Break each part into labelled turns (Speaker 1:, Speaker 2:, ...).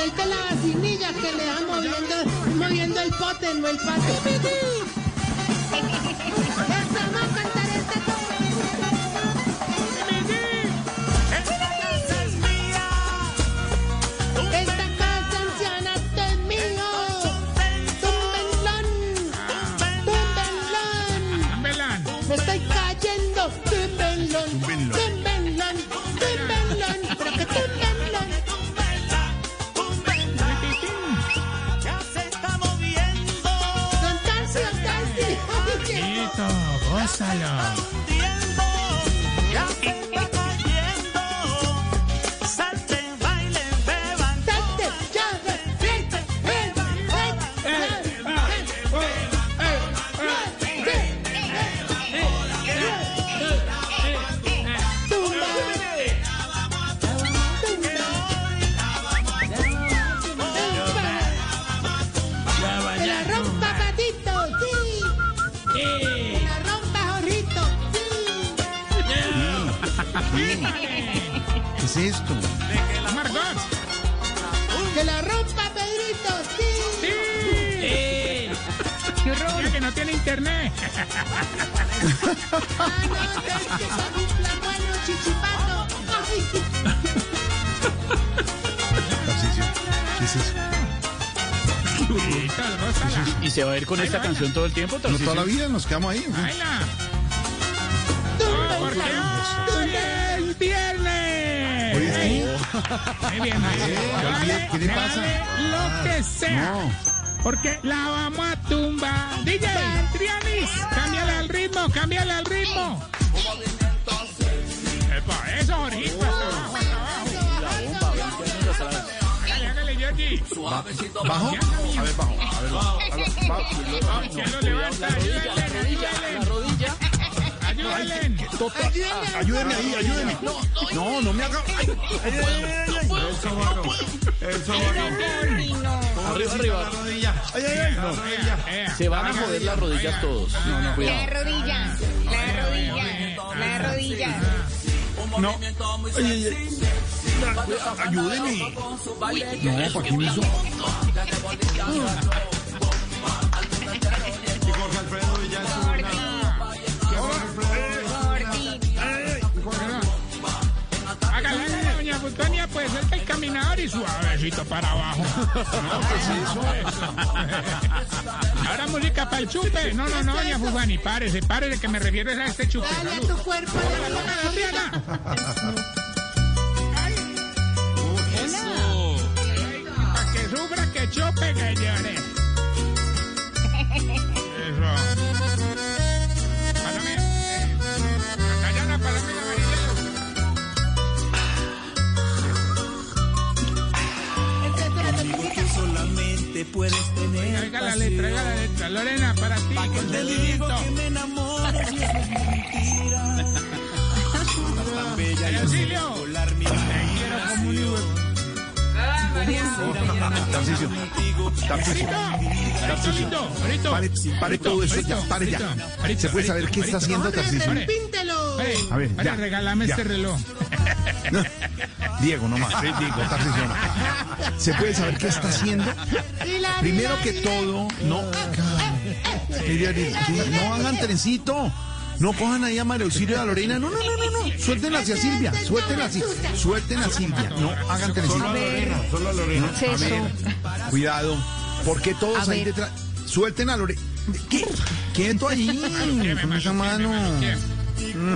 Speaker 1: Esta es la vacinilla que le da moviendo, moviendo el pote, no el pato. Esta, vamos a cantar esta cosa. Esta casa anciana, esto es mío. Túmbenlo, túmbenlo.
Speaker 2: Belán.
Speaker 1: Me estoy cayendo, túmbenlo,
Speaker 2: Túmbenlo.
Speaker 1: túmbenlo, túmbenlo. Pero que túmbenlo.
Speaker 3: Ya se está moviendo,
Speaker 1: Don Tarsi, don Tarsi.
Speaker 2: Bonito, gózalo.
Speaker 3: hundiendo, ya se está cayendo. Salten, bailen, beban,
Speaker 1: Salte, llave, frente, elba, frente, llave, frente, llave. Tumba. Tumba. Que la rompa patito, sí. Que la rompa jorrito, sí.
Speaker 4: ¿Qué es esto?
Speaker 2: Margot.
Speaker 1: Que la rompa pedrito, sí.
Speaker 2: Mira que no tiene internet.
Speaker 1: Ah, no, es que soy un flamuelo chichipato. Ay.
Speaker 4: Tarcisio, ¿Qué es eso?
Speaker 2: Bonito, gózala.
Speaker 5: ¿Y se va a ir con esta canción todo el tiempo,
Speaker 4: No,
Speaker 5: Tarcisio?
Speaker 4: toda la vida nos quedamos ahí. en fin.
Speaker 2: Baila.
Speaker 1: Túmbelo,
Speaker 2: Hoy es viernes.
Speaker 4: Oye, sí,
Speaker 2: Muy bien, Mario.
Speaker 4: ¿cuál
Speaker 2: Dale,
Speaker 4: vier- Eh, qué le
Speaker 2: dale
Speaker 4: pasa? Ah,
Speaker 2: Lo que sea.
Speaker 4: No.
Speaker 2: Porque la vamos a tumbar. DJ, Trianis, cámbiale al ritmo, cámbiale al ritmo. Epa, eso, Jorgito, hasta abajo, hasta abajo. Hágale, hágale, Georgie.
Speaker 4: ¿Bajo? A ver, bajo. A ver, bajo. A ver, bajo. y luego-
Speaker 2: Ya lo levanta, ayúdenle, ayúdenle. Ayúdenle.
Speaker 4: Ayúdeme ahí, ayúdeme. No, no me haga. Ay,
Speaker 5: Arriba, arriba.
Speaker 4: ay, ay. No.
Speaker 2: Ea,
Speaker 5: Se van a joder las rodillas todos. No, no,
Speaker 6: La
Speaker 5: cuidado.
Speaker 6: rodilla, la rodilla, la rodilla.
Speaker 4: Ayúdeme. No, ¿para qué me hizo?
Speaker 2: hágale, hágale, doña Futonia, pues suelta el caminador y suavecito para abajo. pues, Ahora música para el chupe. No, no, no, doña Fufani, párese, párese que me refieres a este chupe.
Speaker 1: dale a
Speaker 2: Salud.
Speaker 1: tu cuerpo la
Speaker 2: Hola, Adriana. Ay. Ay, Pa' que sufra, que chope, que llore. Eso. Pálame. eh, Adriana, pálame la varilla.
Speaker 3: solamente puedes tener.
Speaker 2: Oiga la letra, oiga la letra. Lorena, para ti, consentimiento.
Speaker 3: Me enamoro si es mentira.
Speaker 2: El auxilio. Te quiero como un hijo de-
Speaker 4: Tarcisio. Tarcisio.
Speaker 2: Ahorito, ahorito, ahorito.
Speaker 4: Pare, pare
Speaker 2: Ahorito,
Speaker 4: todo eso ya,
Speaker 2: ahorito,
Speaker 4: pare ya.
Speaker 2: ahorito, ahorito,
Speaker 4: ¿Se puede
Speaker 2: ahorito,
Speaker 4: saber qué está
Speaker 2: ahorito.
Speaker 4: haciendo Tarcisio?
Speaker 2: Pare.
Speaker 1: píntelo.
Speaker 2: Pare,
Speaker 4: A ver,
Speaker 2: pare,
Speaker 4: ya,
Speaker 2: regálame
Speaker 4: ya.
Speaker 2: este reloj.
Speaker 4: Diego, no más. Sí, Diego, Tarcisio. no. ¿Se puede saber qué está haciendo?
Speaker 1: Y la
Speaker 4: Primero
Speaker 1: vida
Speaker 4: que
Speaker 1: y-
Speaker 4: todo, no. Mire, Ariel, sí, No hagan trencito. No cojan ahí a María Auxilio y a Lorena. No, no, no, no, no. Suéltenla hacia Silvia. Suéltenla así. Suéltenla a Silvia. No hagan trencito.
Speaker 6: ¿Qué es eso?
Speaker 4: Cuidado. Porque todos
Speaker 6: A
Speaker 4: ahí
Speaker 6: ver.
Speaker 4: detrás. Suelten a Lorena. ¿Qué? Quieto ahí. Con esa mano.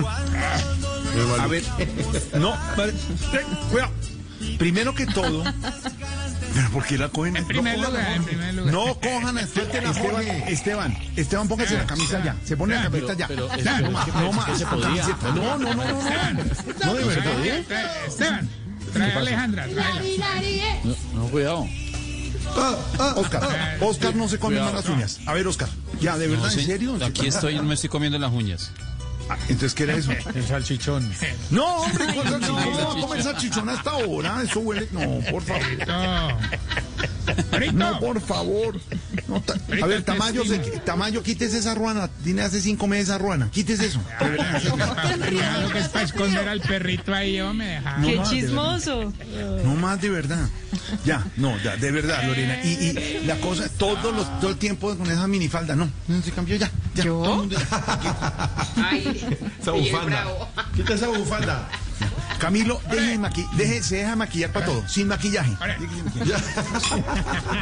Speaker 2: Ah,
Speaker 4: A ver. No. vale, eh, Cuidado. Primero que todo. Pero ¿por qué la cogen?
Speaker 2: En primer
Speaker 4: No cojan la
Speaker 2: lugar, en
Speaker 4: mano.
Speaker 2: primer lugar.
Speaker 4: No cojan a Esteban. Esteban, Esteban, Esteban, póngase la camisa ya. Se pone la camisa ya.
Speaker 5: Pero es
Speaker 2: Claro,
Speaker 5: que no es que-
Speaker 4: No
Speaker 5: es que
Speaker 4: más.
Speaker 5: se podía.
Speaker 4: No, no, no, no, no. No, de verdad.
Speaker 2: Esteban, trae a Alejandra,
Speaker 1: La
Speaker 2: tráela.
Speaker 1: vida y-
Speaker 5: No, cuidado.
Speaker 4: Ah, ah, Oscar, Oscar no se come
Speaker 5: Cuidado.
Speaker 4: más las uñas. A ver, Oscar, ya, de verdad, ¿en serio?
Speaker 5: Aquí estoy, me estoy comiendo las uñas.
Speaker 4: Ah, Entonces, ¿qué era eso?
Speaker 7: El salchichón.
Speaker 4: No, hombre, ¿cuál salchichón? No, va a comer salchichón hasta ahora. Eso huele. No, por favor.
Speaker 2: No.
Speaker 4: No,
Speaker 2: Brito,
Speaker 4: por favor. No, ta- A ver, Tamayo, se- Tamayo, quítese esa ruana. Tiene hace cinco meses esa ruana. Quítese eso. De verdad, eso que está-
Speaker 2: cuidado que es para esconder al perrito ahí, yo me dejaba.
Speaker 4: No más, de verdad. No más de verdad. Ya, no, ya, de verdad, Lorena. Y, y la cosa, todos los, todo el tiempo con esa minifalda, no, no se cambió ya. ya todo el mundo-
Speaker 6: Ay,
Speaker 7: Esa
Speaker 6: oye,
Speaker 7: bufanda.
Speaker 6: bravo.
Speaker 7: Quita esa bufanda.
Speaker 4: Camilo, deje maqui- deje- se deja maquillar para todo, sin maquillaje.
Speaker 2: Ahora,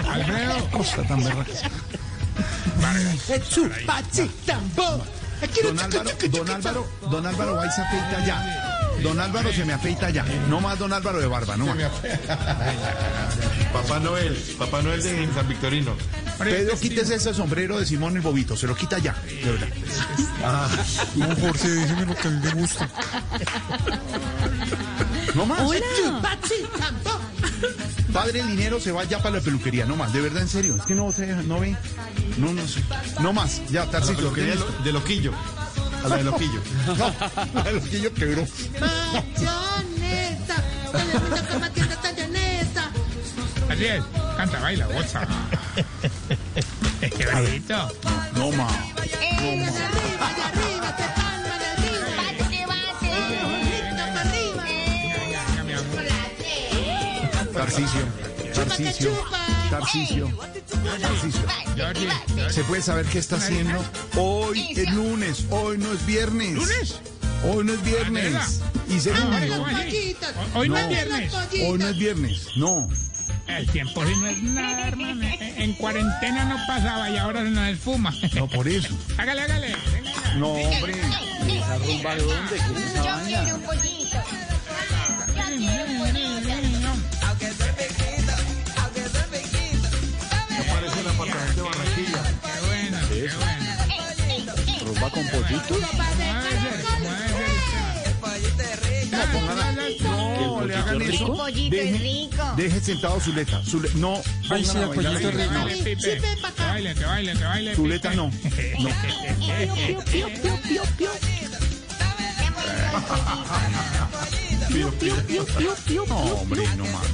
Speaker 4: Alfredo. Cosa tan berraca. Don Álvaro, don Álvaro, don Álvaro, vais a afeita ya. Don Álvaro se me afeita ya. No más don Álvaro de barba, no más.
Speaker 7: Papá Noel. Papá Noel de San Victorino.
Speaker 4: Pedro, quítese ese sombrero de Simón el Bobito, se lo quita ya, de verdad.
Speaker 7: No, Jorge, déjeme lo que a mí me gusta.
Speaker 4: No más. Padre Linero se va ya para la peluquería, no más, de verdad, en serio. Es que no, se deja, no ve. No, no sé. No más, ya, Tarcito.
Speaker 7: Peluquería
Speaker 4: ordenes-
Speaker 7: de Loquillo. A la de Loquillo.
Speaker 4: No, lo que yo quebró.
Speaker 1: Mayonesa. Todo el mundo coma tienda mayonesa.
Speaker 2: así es. Canta, baila, goza. Qué bonito.
Speaker 4: No más.
Speaker 1: De arriba, de arriba, se palma de arriba. Ojito para arriba.
Speaker 4: Tarcicio. Tarcicio. Tarcicio. Tarcicio.
Speaker 2: Jordi,
Speaker 4: ¿Se puede saber qué está haciendo? Hoy es lunes, hoy no es viernes.
Speaker 2: ¿Lunes? Ah,
Speaker 4: Hoy no es viernes. Y segundo,
Speaker 1: Pollitas.
Speaker 2: Ho- Hoy no es
Speaker 4: No.
Speaker 2: viernes.
Speaker 4: hoy no es viernes. No.
Speaker 2: El tiempo hoy no es nada, hermano. En en cuarentena no pasaba y ahora se nos esfuma.
Speaker 4: No por eso.
Speaker 2: Hágale, hágale. Venga, venga.
Speaker 4: No, hombre.
Speaker 6: Yo quiero un pollito.
Speaker 2: Qué bueno, qué bueno.
Speaker 5: Rumba con pollito.
Speaker 4: No, pongan a- no le hagan
Speaker 6: El
Speaker 4: eso.
Speaker 6: pollito es rico.
Speaker 4: Deje sentado Zuleta. Zule- no,
Speaker 7: Ay, sí,
Speaker 4: pongan a
Speaker 7: el
Speaker 4: bailar.
Speaker 7: pollito rico.
Speaker 4: No,
Speaker 2: Baile, Pipe. Que baile, que baile, que baile.
Speaker 4: Zuleta
Speaker 2: Pipe.
Speaker 4: no. No. No, hombre, no más.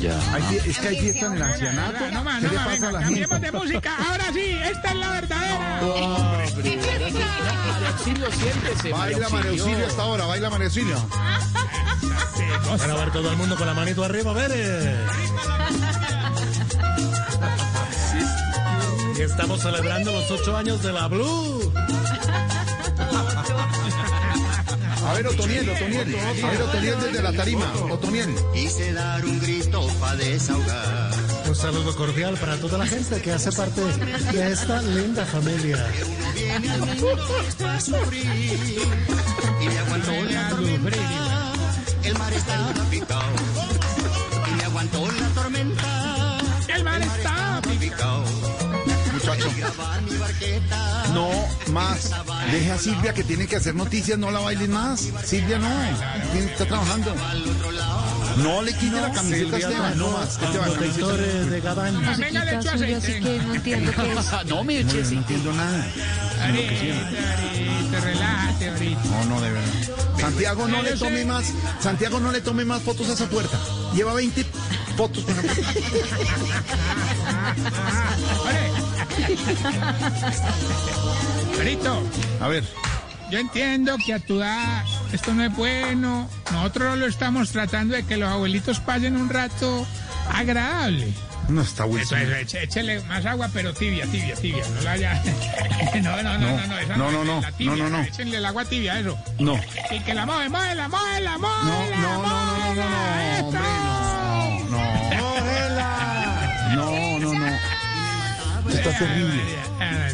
Speaker 5: Ya.
Speaker 4: Hay fie- Es que hay fiesta en el ancianato.
Speaker 2: Ahora, No más,
Speaker 4: ¿Qué
Speaker 2: no
Speaker 4: le
Speaker 2: más,
Speaker 4: pasa a
Speaker 2: venga,
Speaker 4: la gente?
Speaker 2: cambiemos de música. Ahora sí, esta es la verdadera.
Speaker 5: Auxilio, siéntese.
Speaker 4: Baila María Auxilio hasta ahora, baila María Auxilio.
Speaker 8: Van a ver todo el mundo con la manito arriba, a ver. eh. Y estamos celebrando los ocho años de la Blue.
Speaker 4: A ver, Otoniel, Otoniel. A ver, Otoniel desde la tarima. Otoniel.
Speaker 9: Quise dar un grito para desahogar.
Speaker 8: Un saludo cordial para toda la gente que hace parte de esta linda familia.
Speaker 9: Viene al mundo a sufrir y me aguantó la tormenta. El mar está picado y me aguantó la tormenta.
Speaker 2: El mar está.
Speaker 9: Picado.
Speaker 4: Muchacho.
Speaker 9: Graba mi barqueta.
Speaker 4: No más. Deje a Silvia que tiene que hacer noticias, no la bailen más. Silvia no. Tiene- Está trabajando. No le quite la camiseta a Esteban, no más. Esteban, camiseta.
Speaker 8: Protectores de Gabán.
Speaker 2: Venga, le echo aceite. Venga.
Speaker 5: No me eches.
Speaker 4: No entiendo nada.
Speaker 2: Ahorita, ahorita, relájate ahorita.
Speaker 4: No, no, de verdad. Santiago, no
Speaker 2: Ya,
Speaker 4: le
Speaker 2: yo
Speaker 4: tome
Speaker 2: sé.
Speaker 4: más. Santiago, no le tome más fotos a esa puerta. Lleva 20 fotos con la puerta.
Speaker 2: Ore. Perito,
Speaker 4: A ver.
Speaker 2: yo entiendo que a tu edad esto no es bueno. Nosotros lo estamos tratando de que los abuelitos pasen un rato agradable.
Speaker 4: No está
Speaker 2: Eso,
Speaker 4: Wilson.
Speaker 2: eso, eche- échele más agua, pero tibia, tibia, tibia. No la haya. No, no, no, no, no. esa
Speaker 4: No, no,
Speaker 2: es
Speaker 4: no,
Speaker 2: la tibia,
Speaker 4: no, no, no.
Speaker 2: Échenle el agua tibia, a eso.
Speaker 4: No.
Speaker 2: Y que la mueve, mueve, la mueve, la mueve.
Speaker 4: No, no, no, no, no, no, no, hombre, no, no, no, no, no, está terrible.
Speaker 2: Ah,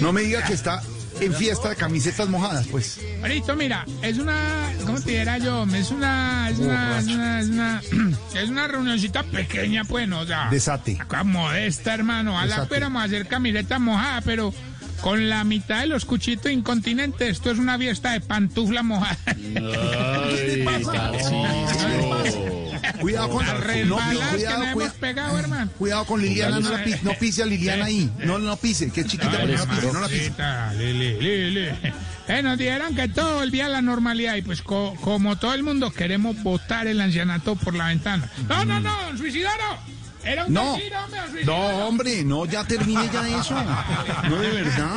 Speaker 4: No me diga que está en fiesta de camisetas mojadas, pues.
Speaker 2: Listo, mira, es una, ¿cómo te dirá yo? Es una, es una, es una, es una, es una reunioncita pequeña, pues, no, o sea.
Speaker 4: Desate.
Speaker 2: Acá modesta, hermano. A la
Speaker 4: Desate.
Speaker 2: pudiéramos hacer camiseta mojada, pero con la mitad de los cuchitos incontinentes, esto es una fiesta de pantufla mojada.
Speaker 5: Ay, Tarcicio.
Speaker 4: Cuidado con
Speaker 2: Las
Speaker 4: no,
Speaker 2: resbaladas que
Speaker 4: cuidado,
Speaker 2: nos hemos
Speaker 4: cuidado,
Speaker 2: pegado, hermano.
Speaker 4: cuidado con Liliana, no, la pi- no pise a Liliana ahí. No, no pise, que es chiquita, pero no la pise, no la pise.
Speaker 2: Mamacita, Lili, Lili. Eh, nos dijeron que todo volvía a la normalidad y pues co- como todo el mundo queremos botar el ancianato por la ventana. No, no, no, don suicidaro. Era un
Speaker 4: Mm. No,
Speaker 2: vecino, hombre, don
Speaker 4: no,
Speaker 2: Suicidaro.
Speaker 4: hombre, no, ya termine ya eso. No, de verdad.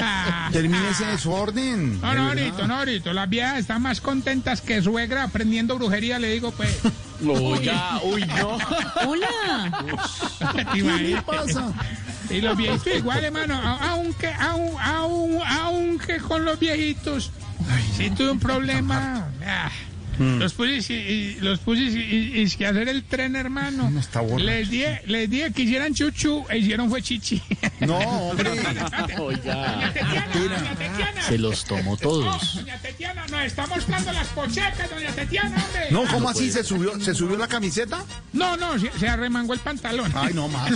Speaker 2: Ah,
Speaker 4: Termine ese desorden.
Speaker 2: No,
Speaker 4: de
Speaker 2: no,
Speaker 4: verdad.
Speaker 2: ahorita, no, ahorita. Las viejas están más contentas que suegra aprendiendo brujería, le digo, pues.
Speaker 5: No, ya, uy, no.
Speaker 10: Hola.
Speaker 2: ¿Te imaginas?
Speaker 4: pasa?
Speaker 2: Y los viejitos igual, hermano, a- aunque, aun, aun- aunque con los viejitos, si tuve un problema. ah,
Speaker 4: Mm.
Speaker 2: Los puse, y- y, los puse y, y- y es que hacer el tren, hermano.
Speaker 4: No, está borracho.
Speaker 2: les dije les dije que hicieran chuchu e hicieron fue chichi.
Speaker 4: No, hombre.
Speaker 2: Doña
Speaker 5: Oiga,
Speaker 2: Tetiana, doña
Speaker 4: Ah,
Speaker 2: Tetiana.
Speaker 5: se los tomó
Speaker 2: Oh,
Speaker 5: todos.
Speaker 2: doña Tetiana, nos está mostrando las pochecas, doña Tetiana, hombre.
Speaker 4: No, ¿cómo así? ¿Se subió, ¿Se subió la camiseta?
Speaker 2: No, no, se, se arremangó el pantalón.
Speaker 4: Ay, no más.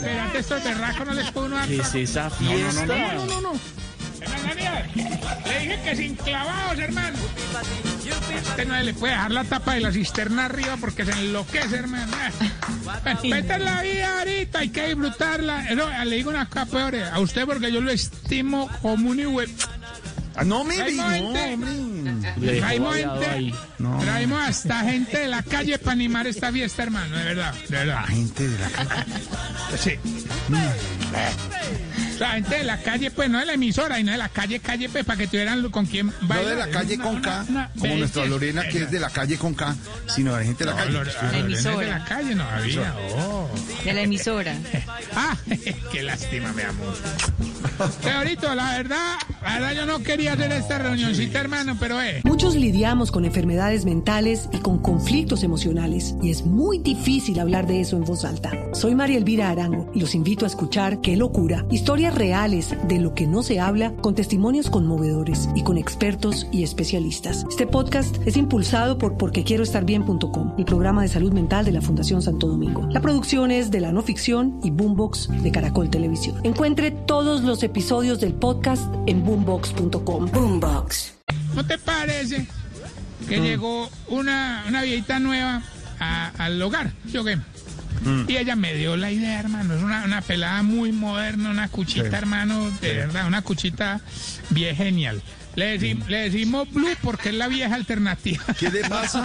Speaker 2: Pero antes estos berracos no les puedo uno dar
Speaker 5: ¿Qué es esa fiesta?
Speaker 2: No, no, no. Hermano Daniel, le dije que sin clavados, hermano. Este no le puede dejar la tapa de la cisterna arriba porque se enloquece, hermano. Ah, Respeta la vida ahorita, hay que disfrutarla. Eh, no, le digo una cosa peor, eh, a usted porque yo lo estimo como un hue...
Speaker 4: Ah, No, me vi,
Speaker 2: Ay,
Speaker 4: no,
Speaker 2: gente.
Speaker 4: hombre.
Speaker 5: Le dejó
Speaker 2: Traemos
Speaker 5: variado
Speaker 2: gente,
Speaker 5: ahí.
Speaker 4: No.
Speaker 2: traemos hasta gente de la calle para animar esta fiesta, hermano, de verdad, de verdad.
Speaker 4: Gente de la calle.
Speaker 2: Sí.
Speaker 4: Mm.
Speaker 2: O sea, gente de la calle, pues no de la emisora, y no de la calle, calle, pues para que tuvieran lo- con quién
Speaker 4: No
Speaker 2: bailar.
Speaker 4: de la calle
Speaker 2: Una-
Speaker 4: con
Speaker 2: una-
Speaker 4: K,
Speaker 2: una
Speaker 4: como nuestra
Speaker 2: belleza.
Speaker 4: Lorena, que es de la calle con K, sino de gente de la
Speaker 2: No,
Speaker 4: calle.
Speaker 2: Lore- Lorena es de
Speaker 6: Emisora.
Speaker 2: la calle, no había. oh.
Speaker 6: De la emisora.
Speaker 2: Ah, qué lástima, mi amor. Teorito, la verdad, la verdad yo no quería hacer esta reunioncita, hermano, pero eh.
Speaker 10: Muchos lidiamos con enfermedades mentales y con conflictos emocionales y es muy difícil hablar de eso en voz alta. Soy María Elvira Arango y los invito a escuchar Qué locura, historias reales de lo que no se habla con testimonios conmovedores y con expertos y especialistas. Este podcast es impulsado por porquequieroestarbien.com, el programa de salud mental de la Fundación Santo Domingo. La producción es de la no ficción y Boombox de Caracol Televisión. Encuentre todos los episodios del podcast en boombox.com. Boombox.
Speaker 2: ¿No te parece que llegó una, una viejita nueva a- al hogar? ¿Yo qué? Y ella me dio la idea, hermano. Es una, una pelada muy moderna, una cuchita, hermano, de verdad, una cuchita bien genial. Le, decim- le decimos Blue porque es la vieja alternativa.
Speaker 4: ¿Qué le pasa?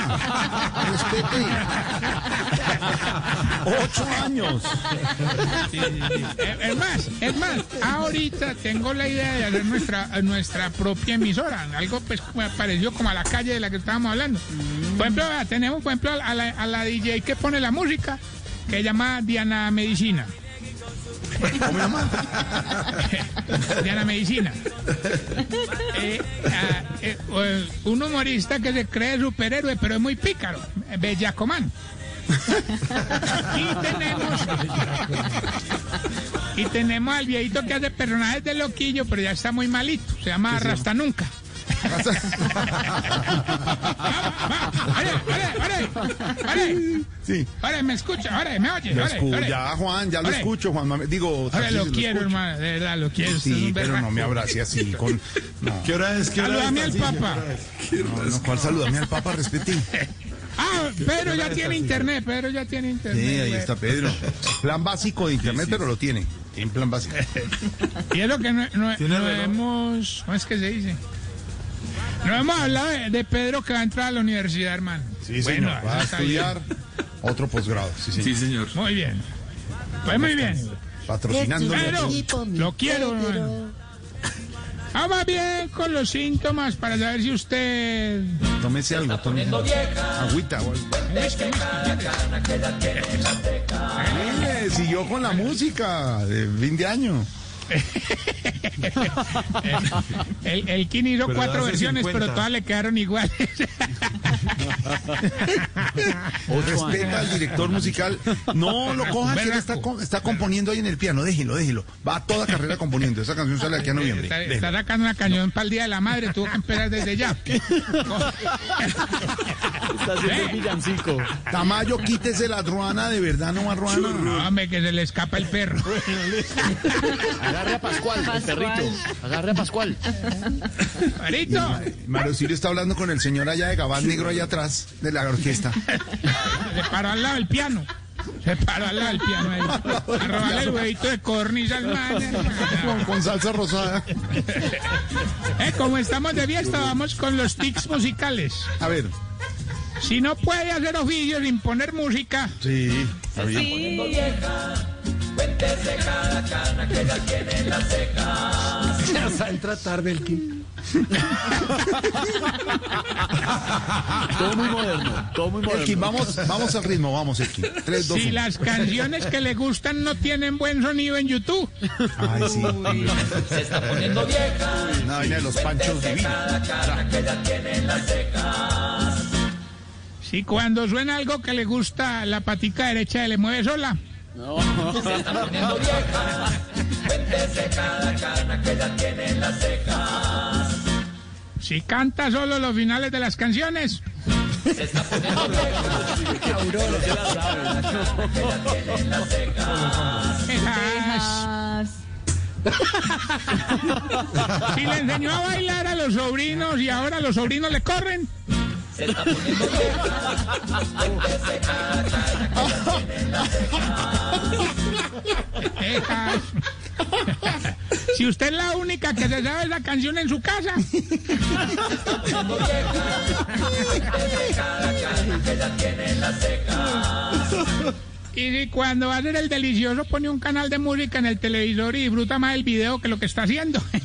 Speaker 4: Respete. Ocho años.
Speaker 2: Eh, es más, es más, ahorita tengo la idea de hacer nuestra, nuestra propia emisora. Algo pues como parecido como a la calle de la que estábamos hablando. Por ejemplo, vea, tenemos por ejemplo a la, a la DJ que pone la música, que se llama Diana Medicina. Diana Medicina. Eh, ah, eh, eh, un humorista que se cree superhéroe, pero es muy pícaro. eh, Bellacomán. y tenemos. y tenemos al viejito que hace personajes de loquillo, pero ya está muy malito. Se llama Rasta Nunca. ¡Vale, vale, vale! ¡Vale!
Speaker 4: Sí.
Speaker 2: ¡Vale, me escucha! ¡Vale, me oye!
Speaker 4: Lo
Speaker 2: ¡Vale,
Speaker 4: escu-
Speaker 2: vale!
Speaker 4: ya, Juan, ya lo
Speaker 2: Ore.
Speaker 4: escucho, Juan. Mame- Digo,
Speaker 2: Ahora
Speaker 4: Tarcisio,
Speaker 2: lo quiero,
Speaker 4: escucho.
Speaker 2: hermano, de verdad, lo quiero. usted es
Speaker 4: Sí,
Speaker 2: un
Speaker 4: pero no
Speaker 2: berraco.
Speaker 4: me abrace así. Con... No,
Speaker 8: ¿Qué hora es? ¿Qué hora
Speaker 2: Saludame al
Speaker 8: es? Tarcisio?
Speaker 2: Papa.
Speaker 4: no, no, ¿cuál saludame al Papa? Respete.
Speaker 2: Ah, Pedro ya tiene internet, Pedro ya tiene internet.
Speaker 4: Sí, ahí
Speaker 2: güey.
Speaker 4: está Pedro. Plan básico de internet, pero lo tiene. Tiene plan básico.
Speaker 2: Y es lo que no, no-
Speaker 8: ¿Tiene
Speaker 2: no
Speaker 8: reloj?
Speaker 2: hemos... ¿Cómo es que se dice? No hemos hablado de, de Pedro que va a entrar a la universidad, hermano.
Speaker 4: Sí, señor.
Speaker 2: Bueno,
Speaker 4: Va a
Speaker 2: está bien.
Speaker 4: estudiar otro posgrado. Sí, señor.
Speaker 2: Muy bien. Pues muy bien.
Speaker 4: Patrocinando.
Speaker 2: Pedro, lo quiero, hermano. Vamos Ah, bien con los síntomas para saber si usted...
Speaker 4: Tómese algo, tómese algo. Agüita. o algo. Eh, Siguió con la música de fin de año.
Speaker 2: El, el Kin hizo
Speaker 8: Pero
Speaker 2: cuatro
Speaker 8: hace
Speaker 2: versiones,
Speaker 8: 50.
Speaker 2: pero todas le quedaron iguales.
Speaker 4: Respeta al director musical. No lo cojan que él está, co- está componiendo ahí en el piano. Déjenlo, déjenlo. Va a toda carrera componiendo. Esa canción sale aquí a noviembre.
Speaker 2: Está,
Speaker 4: Déjenlo.
Speaker 2: está sacando una cañón para el Día de la Madre, tuvo que esperar desde ya.
Speaker 5: Está
Speaker 4: ¿Eh?
Speaker 5: haciendo el villancico.
Speaker 4: Tamayo, quítese la ruana, de verdad no arruana.
Speaker 2: No, hombre, que se le escapa el perro.
Speaker 5: Agarre a Pascual, el perrito. Agarre a Pascual.
Speaker 2: Marito,
Speaker 4: Mario Silvio está hablando con el señor allá de Gabán Negro allá atrás de la orquesta.
Speaker 2: se paró al lado del piano. Se paró al lado del piano ahí. A robarle el huevito de cornisa al man, hermano.
Speaker 4: Con, con salsa rosada.
Speaker 2: Eh, como estamos de fiesta, vamos con los tics musicales.
Speaker 4: A ver.
Speaker 2: Si no puede hacer oficio sin poner música,
Speaker 4: Sí, está bien.
Speaker 8: Hasta entra tarde el Kim.
Speaker 5: Todo muy moderno. Todo muy
Speaker 4: Elkin,
Speaker 5: moderno.
Speaker 4: vamos, vamos al ritmo, vamos, Elkin. Tres, dos,
Speaker 2: si
Speaker 4: uno.
Speaker 2: las canciones que le gustan no tienen buen sonido en YouTube,
Speaker 4: Ay, sí. Se está poniendo vieja. Una vaina de los panchos divinos.
Speaker 2: si cuando suena algo que le gusta la patica derecha se le mueve sola, si canta solo los finales de las canciones, Quejas. si le enseñó a bailar a los sobrinos y ahora los sobrinos le corren. Quejas. Si usted es la única que se sabe esa canción en su casa. Y si cuando va a hacer el delicioso pone un canal de música en el televisor y disfruta más el video que lo que está haciendo. Ay,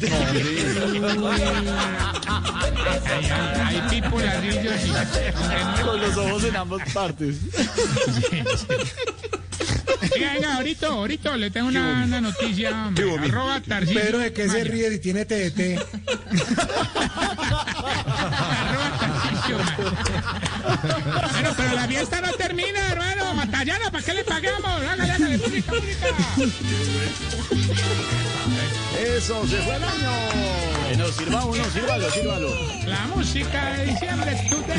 Speaker 2: ay, ay, people así, yo sí.
Speaker 5: Con los ojos en ambas partes.
Speaker 2: Venga, venga, ahorita, ahorita le tengo una, una noticia. Arroba Tarcisio
Speaker 8: Pedro, ¿de qué se
Speaker 2: Maya.
Speaker 8: ríe si tiene E TDT?
Speaker 2: Arroba Tarcisio Maya. Bueno, pero la fiesta no termina, hermano. Matallana, ¿para qué le pagamos? Hágale, hágale, música, música.
Speaker 4: Eso, se fue el año.
Speaker 5: Bueno, sirva uno, sírvalo, sírvalo.
Speaker 2: La música de diciembre, today.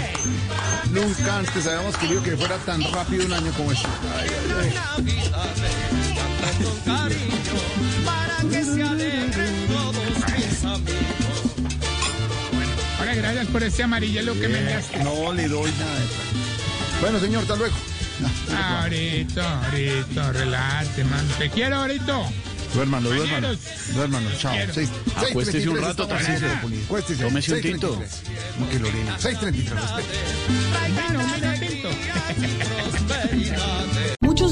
Speaker 4: Nunca antes habíamos querido que fuera tan rápido un año como este.
Speaker 3: para que se alegren todos mis amigos.
Speaker 2: Ahora, gracias por este amarillelo que me enviaste.
Speaker 4: No le doy nada de plata. Bueno, señor, hasta luego.
Speaker 2: Ahorita, ahorita, relájate, man. Te quiero, ahorita.
Speaker 4: Duérmalo, duérmalo. Duérmalo, chao.
Speaker 2: Quiero.
Speaker 4: Seis- seis
Speaker 5: Acuéstese
Speaker 4: treinta y
Speaker 5: un
Speaker 4: tres,
Speaker 5: rato,
Speaker 4: está
Speaker 5: Tarcisio.
Speaker 4: Tarcisio de Pulín. Acuéstese,
Speaker 5: Tómese un
Speaker 4: seis treinta y
Speaker 5: tinto.
Speaker 4: tres. No, que Lorena. 633, respete.
Speaker 2: Bueno, mira, tinto.
Speaker 10: Muchos